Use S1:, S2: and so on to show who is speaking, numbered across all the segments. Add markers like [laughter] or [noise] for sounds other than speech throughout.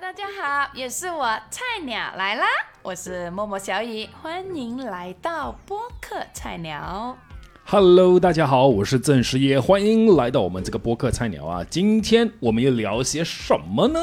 S1: 大家好，也是我菜鸟来啦，我是默默小雨，欢迎来到播客菜鸟。
S2: Hello，大家好，我是郑师爷，欢迎来到我们这个播客菜鸟啊。今天我们又聊些什么呢？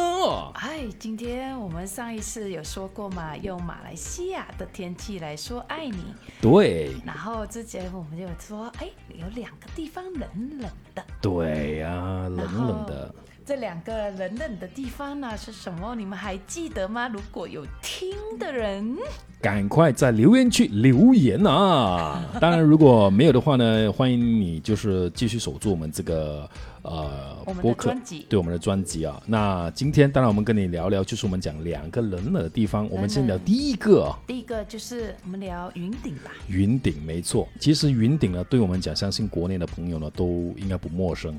S1: 哎，今天我们上一次有说过嘛，用马来西亚的天气来说爱你，
S2: 对，
S1: 然后之前我们就有说，哎，有两个地方冷冷的，
S2: 对呀、冷冷的。。
S1: 这两个冷冷的地方呢是什么？你们还记得吗？如果有听的人，
S2: 赶快在留言区留言 [laughs] 啊！当然，如果没有的话呢，欢迎你就是继续守住我们这个呃
S1: 我们的
S2: 播客
S1: 专辑
S2: 对我们的专辑啊。那今天当然我们跟你聊聊，就是我们讲两个冷冷的地方，我们先聊第一个啊
S1: 第一个就是我们聊云顶吧。
S2: 云顶，没错。其实云顶呢，对我们讲，相信国内的朋友呢都应该不陌生，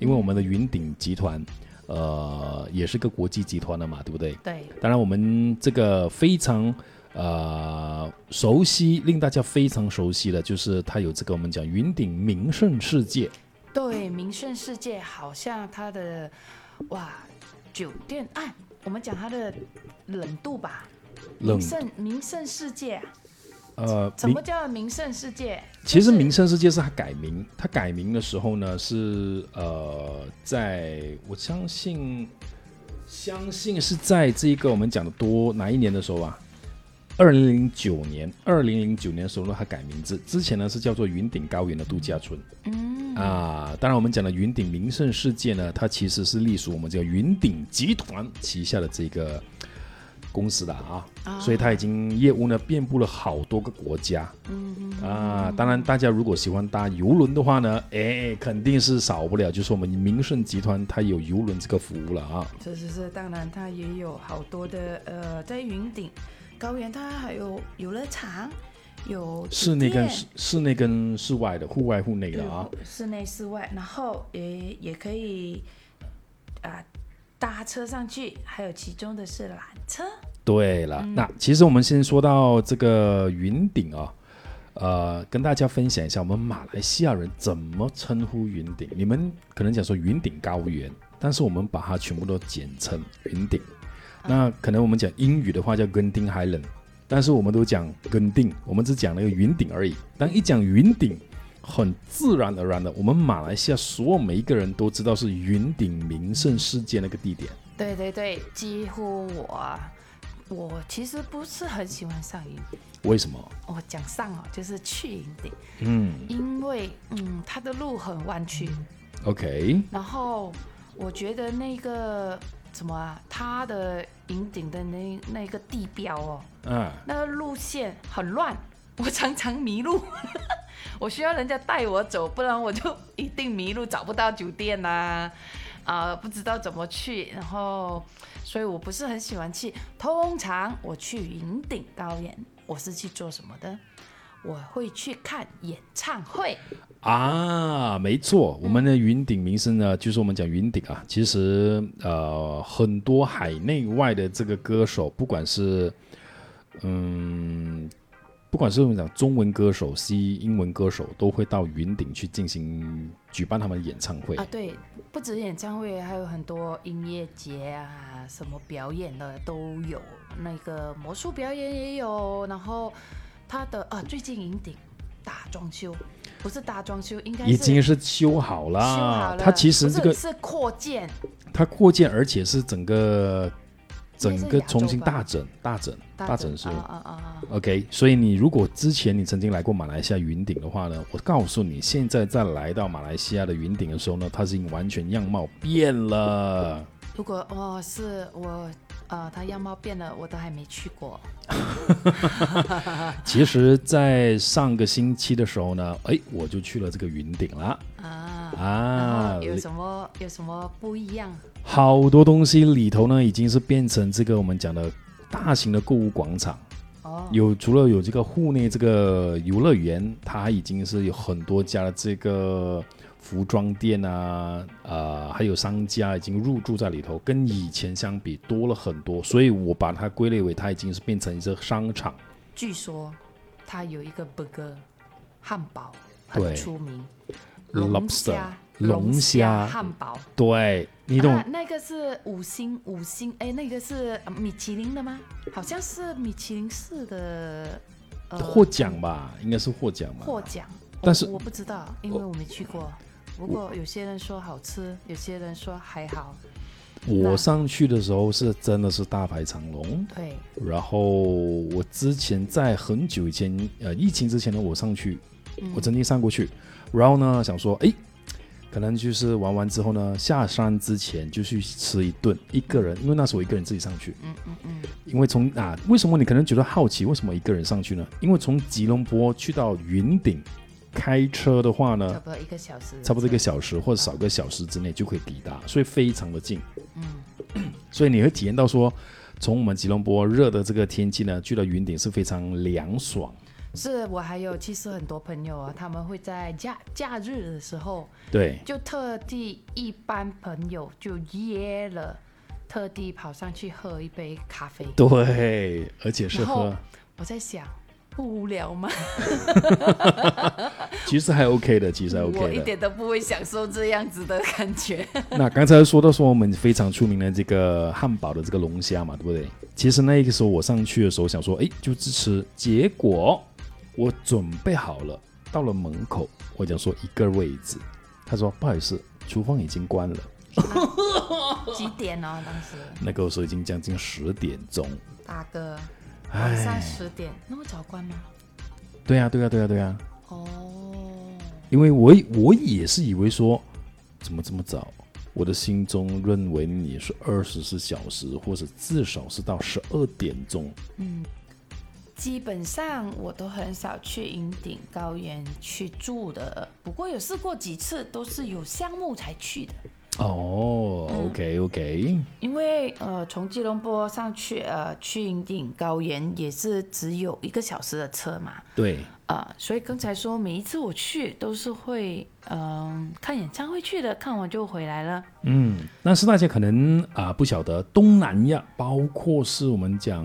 S2: 因为我们的云顶集团，呃，也是个国际集团的嘛，对不对？
S1: 对，
S2: 当然，我们这个非常呃熟悉，令大家非常熟悉的就是它有这个我们讲云顶名胜世界，
S1: 对，名胜世界好像它的哇酒店啊，我们讲它的冷度吧。
S2: 冷
S1: 名胜名胜世界啊，
S2: 呃，
S1: 什
S2: 名
S1: 么叫名胜世界？
S2: 其实
S1: 就是
S2: 名胜世界是它改名，它改名的时候呢是呃，在我相信相信是在这个我们讲的多哪一年的时候啊？二零零九年，二零零九年的时候呢，它改名字，之前呢是叫做云顶高原的度假村。
S1: 嗯，
S2: 啊，当然我们讲的云顶名胜世界呢，它其实是隶属我们这个云顶集团旗下的这个公司的啊，所以它已经业务呢遍布了好多个国家。嗯啊，当然大家如果喜欢搭游轮的话呢，哎，肯定是少不了就是我们名胜集团它有游轮这个服务了啊。
S1: 是是是，当然它也有好多的呃，在云顶高原，它还有游乐场，有
S2: 室内跟室内跟室外的，户外户内的啊。
S1: 室内室外，然后也也可以啊、搭车上去，还有其中的是缆车，
S2: 对了，那其实我们先说到这个云顶啊、呃，跟大家分享一下我们马来西亚人怎么称呼云顶。你们可能讲说云顶高原，但是我们把它全部都简称云顶。那可能我们讲英语的话叫 Genting Highland，但是我们都讲 Genting，我们只讲那个云顶而已。当一讲云顶，很自然而然的，我们马来西亚所有每一个人都知道是云顶名胜世界那个地点。
S1: 对对对，几乎我我其实不是很喜欢上云顶，
S2: 为什么？
S1: 我讲上哦，就是去云顶，
S2: 嗯
S1: 因为嗯，它的路很弯曲，
S2: ，OK。
S1: 然后我觉得那个什么啊，它的云顶的那那个地标哦，
S2: 啊，
S1: 那个路线很乱， [laughs] 我常常迷路， [laughs] 我需要人家带我走，不然我就一定迷路，找不到酒店呐、啊，不知道怎么去，然后，所以我不是很喜欢去。通常我去云顶高原，我是去做什么的？我会去看演唱会，
S2: 啊，没错，我们的云顶名声呢，就是我们讲云顶啊，其实呃，很多海内外的这个歌手，不管是嗯，不管是我们讲中文歌手、西英文歌手，都会到云顶去进行举办他们的演唱会。
S1: 啊，对，不止演唱会，还有很多音乐节啊，什么表演的都有。那个魔术表演也有，然后他的啊，最近银顶大装修，不是大装修，应该是
S2: 已经是修好
S1: 修
S2: 啦，
S1: 好了。
S2: 它其实
S1: 不
S2: 这
S1: 是
S2: 个
S1: 是扩建，
S2: 它扩建，而且是整个整
S1: 应该是
S2: 个
S1: 亚洲
S2: 重新
S1: 吧
S2: 大整大整大整修
S1: 啊。啊啊啊！
S2: OK，所以你如果之前你曾经来过马来西亚云顶的话呢，我告诉你，现在再来到马来西亚的云顶的时候呢，它已经完全样貌变了。
S1: 如果哦是我啊，他样貌变了，我都还没去过。
S2: 其实，在上个星期的时候呢，哎，我就去了这个云顶了
S1: 啊，然
S2: 啊
S1: 后，有什么有什么不一样？
S2: 好多东西里头呢，已经是变成这个我们讲的大型的购物广场。
S1: 哦，
S2: 有除了有这个户内这个游乐园，它已经啊是有很多家的这个服装店啊，呃，还有商家已经入驻在里头，跟以前相比多了很多，所以我把它归类为它已经是变成一个商场。
S1: 据说他有一个 burger 汉堡
S2: 对
S1: 很出名，龙
S2: lobster
S1: 虾、
S2: 龙虾
S1: 汉堡，
S2: 对你懂
S1: 啊、那个是五星五星，哎，那个是呃米其林的吗？好像是米其林式的，呃，
S2: 获奖吧？应该是获奖吧？
S1: 获奖，
S2: 但是
S1: 我我不知道，因为我没去过。不过有些人说好吃，有些人说还好，
S2: 我上去的时候是真的是大排长龙，
S1: 对，
S2: 然后我之前在很久以前，呃，疫情之前呢，我上去，
S1: 嗯
S2: 我曾经上过去，然后呢，想说，哎，可能就是玩完之后呢，下山之前就去吃一顿，一个人，因为那时候我一个人自己上去，
S1: 嗯嗯嗯，
S2: 因为从啊，为什么你可能觉得好奇，为什么一个人上去呢？因为从吉隆坡去到云顶，开车的话
S1: 差
S2: 呢，
S1: 不多一个小时，
S2: 啊差不多一个小时或者少个小时之内就可以抵达，所以非常的近。
S1: 嗯，
S2: [clears throat] 所以你会体验到说，从我们吉隆坡热的这个天气呢，去到云顶是非常凉爽。
S1: 是我还有，其实很多朋友啊，他们会在假假日的时候，
S2: 对，
S1: 就特地一般朋友就约了，特地跑上去喝一杯咖啡。
S2: [laughs] 对，而且是
S1: 然后
S2: 喝，
S1: 我在想，不无聊吗？
S2: 其实还 OK 的，其实还
S1: [laughs] 我一
S2: OK 的。
S1: 点都不会享受这样子的感
S2: [laughs]
S1: 觉。
S2: 那刚才说到说我们非常出名的这个汉堡的这个龙虾嘛，对不对？其实那个时候我上去的时候想说，哎，就支持。结果我准备好了，到了门口，我讲说一个位置，他说不好意思，厨房已经关了。
S1: 几点哦？当时
S2: 那个时候已经将近十点钟。
S1: 大哥，晚上
S2: 哎，
S1: 十点，那么早关吗？
S2: 对啊呀、对呀、对呀、对呀、
S1: 哦，
S2: 因为我以我也是以为说，怎么这么早？我的心中认为你是二十四小时，或者至少是到十二点钟。
S1: 基本上我都很少去云顶高原去住的，不过有试过几次，都是有项目才去的。
S2: 哦、o k OK，
S1: 因为呃，从吉隆坡上去呃去云顶高原也是只有一个小时的车嘛，
S2: 对，
S1: 呃，所以刚才说每一次我去都是会嗯、看演唱会去的，看完就回来了。
S2: 嗯，但是大家可能啊、不晓得，东南亚包括是我们讲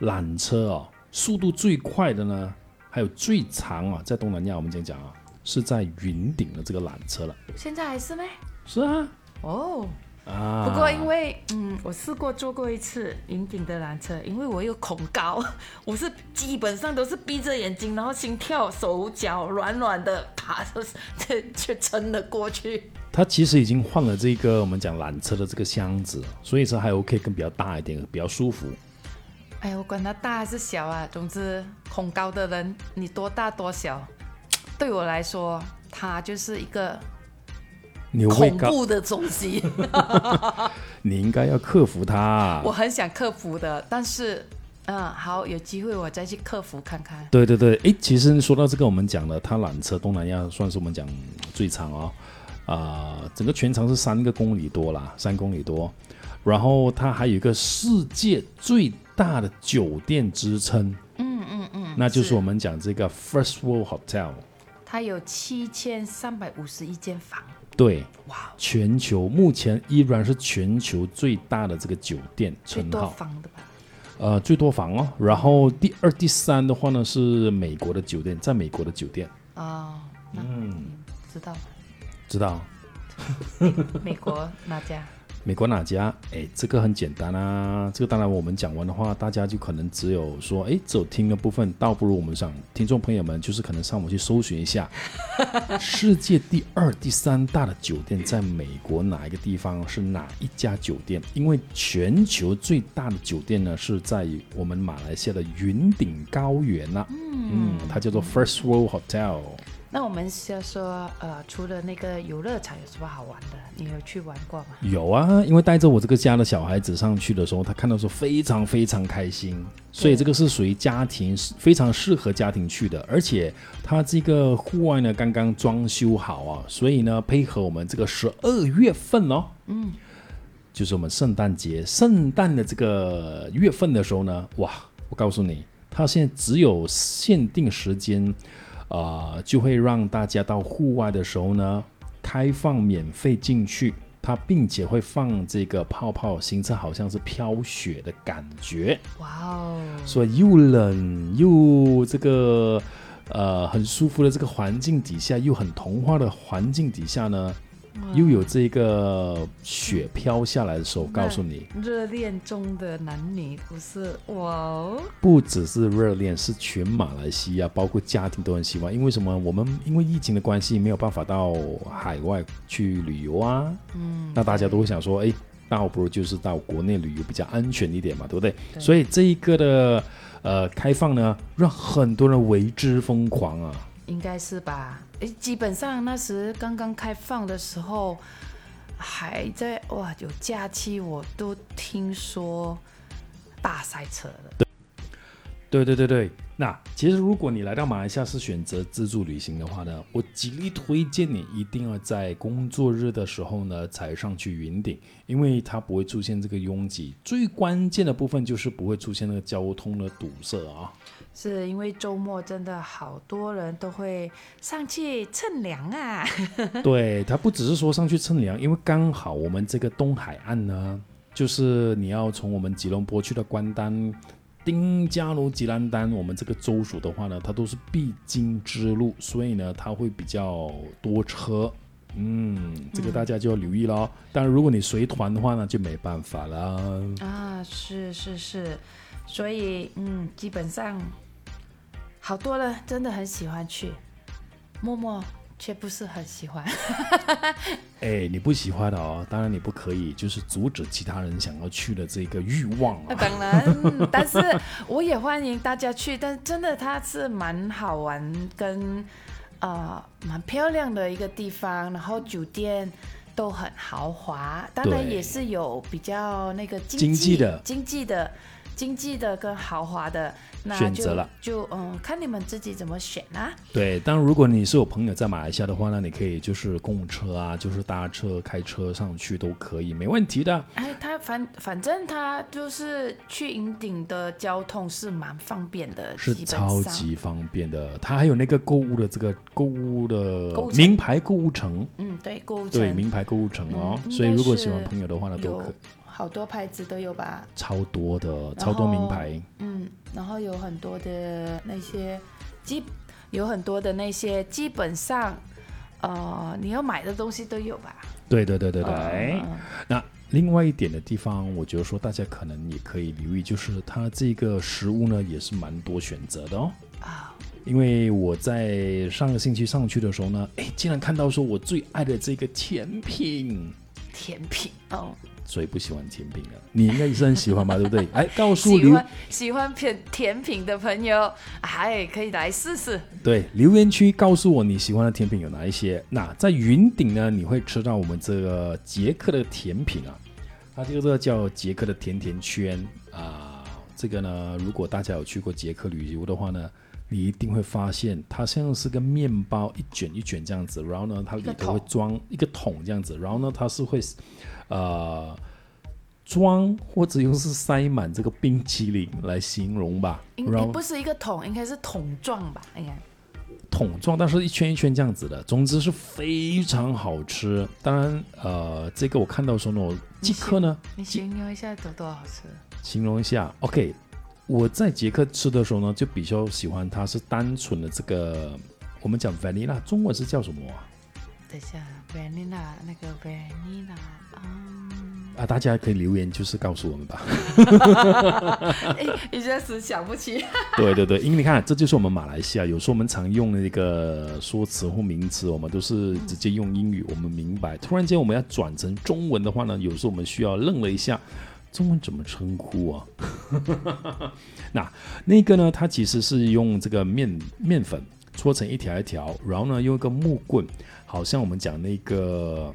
S2: 缆车哦，速度最快的呢，还有最长啊，在东南亚我们讲讲啊，是在云顶的这个缆车了。
S1: 现在还是咩？
S2: 是啊，
S1: 哦，
S2: 啊，
S1: 不过因为嗯，我试过坐过一次云顶的缆车，因为我有恐高， [laughs] 我是基本上都是闭着眼睛，然后心跳、手脚软软的爬，这却撑了过去。
S2: 它其实已经换了这个我们讲缆车的这个箱子，所以说还 OK，更比较大一点，比较舒服。
S1: 哎，我管它大还是小啊，总之恐高的人，你多大多小，对我来说，它就是一个
S2: 你畏
S1: 恐
S2: 高，
S1: 怖的东西，
S2: 你应该要克服它
S1: [laughs] 我。很想克服的，但是，嗯，好，有机会我再去克服看看。
S2: 对对对，诶，其实说到这个，我们讲的它缆车东南亚算是我们讲最长哦，啊、整个全长是三个公里多啦，三公里多。然后它还有一个世界最大的酒店之称，嗯嗯嗯，那就是我们讲这个 First World Hotel，
S1: 它有七千三百五十一间房，
S2: 对，
S1: 哇，
S2: 全球目前依然是全球最大的这个酒店
S1: 最
S2: 称
S1: 多
S2: 号，
S1: 房的吧？
S2: 呃，最多房哦。然后第二、第三的话呢是美国的酒店，在美国的酒店，
S1: 哦，那嗯，知道了
S2: 知道
S1: 美国哪家？
S2: 美国哪家？哎，这个很简单啊。这个当然我们讲完的话，大家就可能只有说，哎，只有听的部分，倒不如我们想听众朋友们就是可能上网去搜寻一下，世界第二、第三大的酒店在美国哪一个地方是哪一家酒店？因为全球最大的酒店呢是在我们马来西亚的云顶高原呐、嗯，它叫做 First World Hotel。
S1: 那我们是要说，呃，除了那个游乐场有什么好玩的？你有去玩过吗？
S2: 有啊，因为带着我这个家的小孩子上去的时候，他看到说非常非常开心，所以这个是属于家庭非常适合家庭去的，而且它这个户外呢刚刚装修好啊，所以呢配合我们这个十二月份哦，嗯，就是我们圣诞节，圣诞的这个月份的时候呢，哇，我告诉你，它现在只有限定时间，呃，就会让大家到户外的时候呢，开放免费进去。它并且会放这个泡泡，形成好像是飘雪的感觉，
S1: 哇哦，
S2: 所以又冷又这个呃很舒服的这个环境底下，又很童话的环境底下呢，又有这个雪飘下来的时候，告诉你，
S1: 热恋中的男女不是哇哦，
S2: 不只是热恋，是全马来西亚包括家庭都很喜欢。因为什么？我们因为疫情的关系，没有办法到海外去旅游啊。嗯，那大家都会想说，哎，那我不如就是到国内旅游比较安全一点嘛，对不对？
S1: 对
S2: 所以这一个的呃开放呢，让很多人为之疯狂啊。
S1: 应该是吧？诶，基本上那时刚刚开放的时候，还在哇有假期，我都听说大塞车了。
S2: 对对对对，那其实如果你来到马来西亚是选择自助旅行的话呢，我极力推荐你一定要在工作日的时候呢才上去云顶，因为它不会出现这个拥挤。最关键的部分就是不会出现那个交通的堵塞啊。
S1: 是因为周末真的好多人都会上去乘凉啊，
S2: [laughs] 对，它不只是说上去乘凉，因为刚好我们这个东海岸呢，就是你要从我们吉隆坡去到关丹、丁加奴、吉兰丹，我们这个州属的话呢，它都是必经之路，所以呢，它会比较多车。嗯，这个大家就要留意咯。当然，如果你随团的话呢，就没办法啦。
S1: 啊，是是是，所以嗯，基本上好多人真的很喜欢去，默默却不是很喜欢。
S2: 哎，你不喜欢的哦，当然你不可以，就是阻止其他人想要去的这个欲望啊
S1: 那。 [laughs] 当然，嗯但是我也欢迎大家去，但真的它是蛮好玩跟呃蛮漂亮的一个地方，然后酒店。都很豪华，当然
S2: 对
S1: 也是有比较那个经
S2: 经济的
S1: 经济的、经济的跟豪华的，那
S2: 选
S1: 就
S2: 择了
S1: 就嗯，看你们自己怎么选啊啦、
S2: 对，当然如果你是有朋友在马来西亚的话呢，你可以就是公车啊，就是搭车、开车上去都可以，没问题的。
S1: 哎，他反反正他就是去银顶的交通是蛮方便的，
S2: 是
S1: 基本
S2: 超
S1: 上
S2: 级方便的，它还有那个购物的这个购物的
S1: 购物城
S2: 名牌购物城，
S1: 嗯，对，购物
S2: 对，
S1: 城
S2: 名牌购物城哦。
S1: 嗯应
S2: 所以
S1: 该
S2: 如果
S1: 是
S2: 喜欢朋友的话呢，都可
S1: 有好多牌子都有吧，
S2: 超多的，超多名牌。
S1: 嗯，然后有很多的那些基有很多的那些基本上，呃，你要买的东西都有吧，
S2: 对对对对对。
S1: 嗯嗯
S2: 那另外一点的地方，我觉得说大家可能也可以留意，就是它这个食物呢也是蛮多选择的哦。
S1: 啊，
S2: 因为我在上个星期上去的时候呢，哎，竟然看到说我最爱的这个甜品，
S1: 甜品哦，
S2: 所以不喜欢甜品了。你应该也是很喜欢吧，对不对？哎，告诉
S1: 喜
S2: 留
S1: 欢喜欢甜甜品的朋友，哎，可以来试试。
S2: 对留言区告诉我你喜欢的甜品有哪一些。那在云顶呢，你会吃到我们这个捷克的甜品啊，它这个叫捷克的甜甜圈啊、这个呢，如果大家有去过捷克旅游的话呢。你一定会发现，它像是个面包，一卷一卷这样子，然后呢，它里
S1: 个
S2: 头会
S1: 桶
S2: 装一个桶这样子，然后呢，它是会，呃，装或者用是塞满这个冰淇淋来形容吧。
S1: 应
S2: 然后
S1: 不是一个桶，应该是桶状吧？哎应该。
S2: 桶状，但是一圈一圈这样子的，总之是非常好吃。当然，呃，这个我看到的时候呢，我即刻呢
S1: 你形容一下有多好吃？
S2: 形容一下，OK，我在捷克吃的时候呢，就比较喜欢它是单纯的这个，我们讲 vanilla，中文是叫什么啊？
S1: 等一下，vanilla 那个 vanilla
S2: [laughs]
S1: 嗯，
S2: 啊，大家可以留言就是告诉我们吧。
S1: 哎，一下子想不起。
S2: [laughs] 对对对，因为你看，这就是我们马来西亚，有时候我们常用的一个说辞或名词，我们都是直接用英语，我们明白。突然间我们要转成中文的话呢，有时候我们需要愣了一下，中文怎么称呼啊？ [laughs] 那那个呢，它其实是用这个面面粉搓成一条一条，然后呢用一个木棍，好像我们讲那个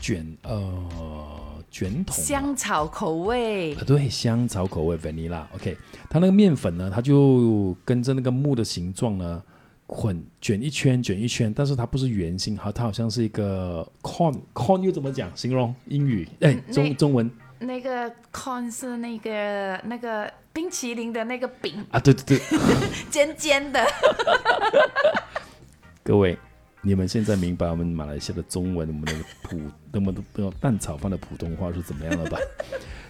S2: 卷呃卷筒啊、
S1: 香草口味
S2: 啊，对，香草口味 vanilla。OK，它那个面粉呢，它就跟着那个木的形状呢，捆卷一圈卷一圈，但是它不是圆形，好，它好像是一个 con con 又怎么讲？形容英语？哎，中
S1: 那
S2: 中文
S1: 那个 con 是那个那个冰淇淋的那个饼，
S2: 啊，对 [laughs] 对对，
S1: 尖尖的。
S2: 各位，你们现在明白我们马来西亚的中文，我们的普， [laughs] 那么的蛋炒饭的普通
S1: [laughs]
S2: 话是怎么样了吧？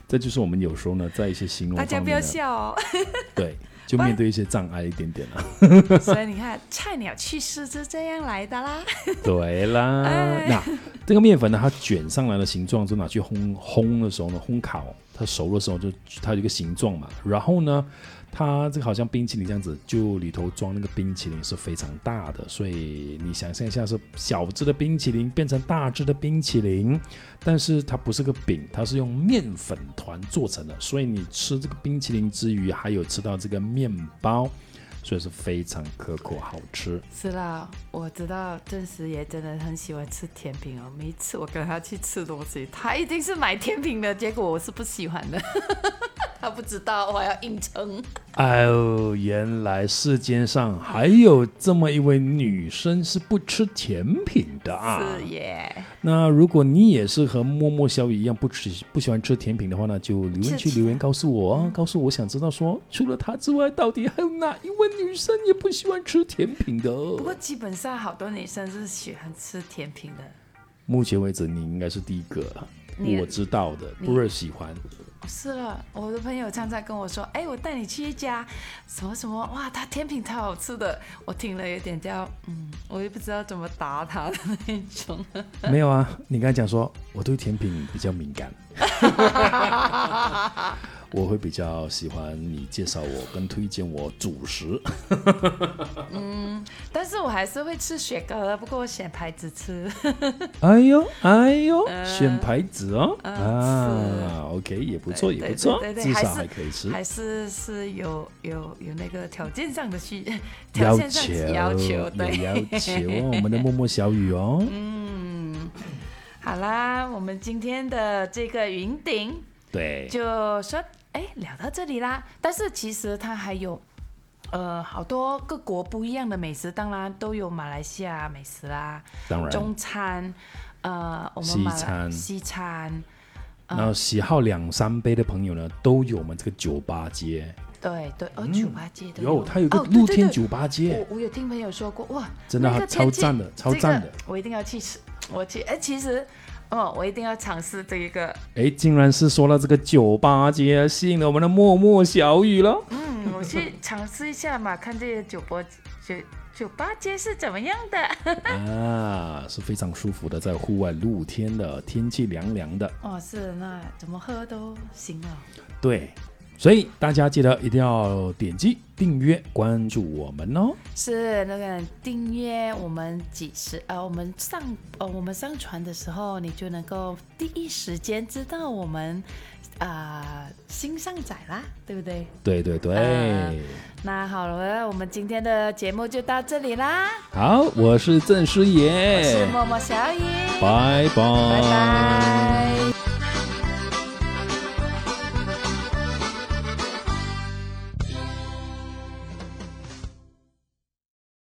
S2: 这就是我们有时候呢，在一些形容
S1: 大家
S2: 方
S1: 不要
S2: 面呢，
S1: 笑哦， [laughs]
S2: 对，就面对一些障碍一点啊点了。
S1: 所以你看，菜鸟去世是这样来的啦。
S2: 对啦，
S1: 哎
S2: 那这个面粉呢，它卷上来的形状就拿去烘烘的时候呢，烘烤它熟的时候就它有一个形状嘛。然后呢，它这个好像冰淇淋这样子，就里头装那个冰淇淋是非常大的，所以你想象一下，是小只的冰淇淋变成大只的冰淇淋，但是它不是个饼，它是用面粉团做成的，所以你吃这个冰淇淋之余，还有吃到这个面包。所以是非常可口好吃，
S1: 是啦，我知道郑时爷真的很喜欢吃甜品哦。每一次我跟他去吃东西，他一定是买甜品的，结果我是不喜欢的。 [laughs] 他不知道，我还要硬撑。
S2: 哎呦，原来世间上还有这么一位女生是不吃甜品的啊！
S1: 是耶，
S2: 那如果你也是和默默小雨一样不吃不喜欢吃甜品的话呢，就留言区留言告诉我
S1: 嗯
S2: 啊，告诉我想知道说除了她之外，到底还有哪一位女生也不喜欢吃甜品的？
S1: 不过基本上好多女生是喜欢吃甜品的。
S2: 目前为止，你应该是第一个了，
S1: 你
S2: 我知道的，不是喜欢。
S1: 是了，我的朋友常常跟我说：“哎，我带你去一家什么什么，哇，它甜品超好吃的。”我听了有点叫，嗯，我也不知道怎么答他的那一种。
S2: [laughs] 没有啊，你刚才讲说我对甜品比较敏 [laughs] 感，我会比较喜欢你介绍我跟推荐我主食。
S1: 但是我还是会吃雪糕的，不过我选牌子吃。
S2: 哎呦哎呦，选牌子哦、啊，OK 也不错也
S1: 对
S2: 不错
S1: 对，对对
S2: 至少
S1: 还是
S2: 还可以吃。
S1: 还是是有有有那个条件上的需条件上的要求，
S2: 有
S1: 对。
S2: 要求 [laughs] 哦，我们的默默小雨哦，
S1: 好啦，我们今天的这个云顶
S2: 对，
S1: 就说，哎，聊到这里啦。但是其实它还有，呃，好多各国不一样的美食，当然都有马来西亚美食啦，
S2: 当然
S1: 中餐，呃，我们
S2: 西
S1: 马来
S2: 餐
S1: 西餐，
S2: 然后喜好两三杯的朋友呢，都有我们这个酒吧街，
S1: 对对，哦，酒吧街都
S2: 嗯有它有一个
S1: 哦对
S2: 露
S1: 对
S2: 天
S1: 对
S2: 酒吧街。
S1: 我我有听朋友说过，哇，
S2: 真的
S1: 那
S2: 啊
S1: 个
S2: 超
S1: 天气
S2: 赞的超赞的
S1: 这个我一定要去吃，我去，哎，其实，哦，我一定要尝试这一个，
S2: 哎，竟然是说到这个酒吧街，吸引了我们的默默小雨了。
S1: 嗯，我去尝试一下嘛，看这个酒吧酒酒吧街是怎么样的。
S2: [laughs] 啊，是非常舒服的，在户外露天的，天气凉凉的。
S1: 哦，是那怎么喝都行啊。
S2: 对，所以大家记得一定要点击订阅、关注我们哦。
S1: 是那个订阅我们几时呃，我们上呃我们上传的时候，你就能够第一时间知道我们啊、呃新上载啦，对不对？
S2: 对对对，
S1: 啊那好了，我们今天的节目就到这里啦。
S2: 好，我是郑师
S1: 我是
S2: 爷，
S1: 默默小雨，
S2: 拜拜
S1: 拜拜。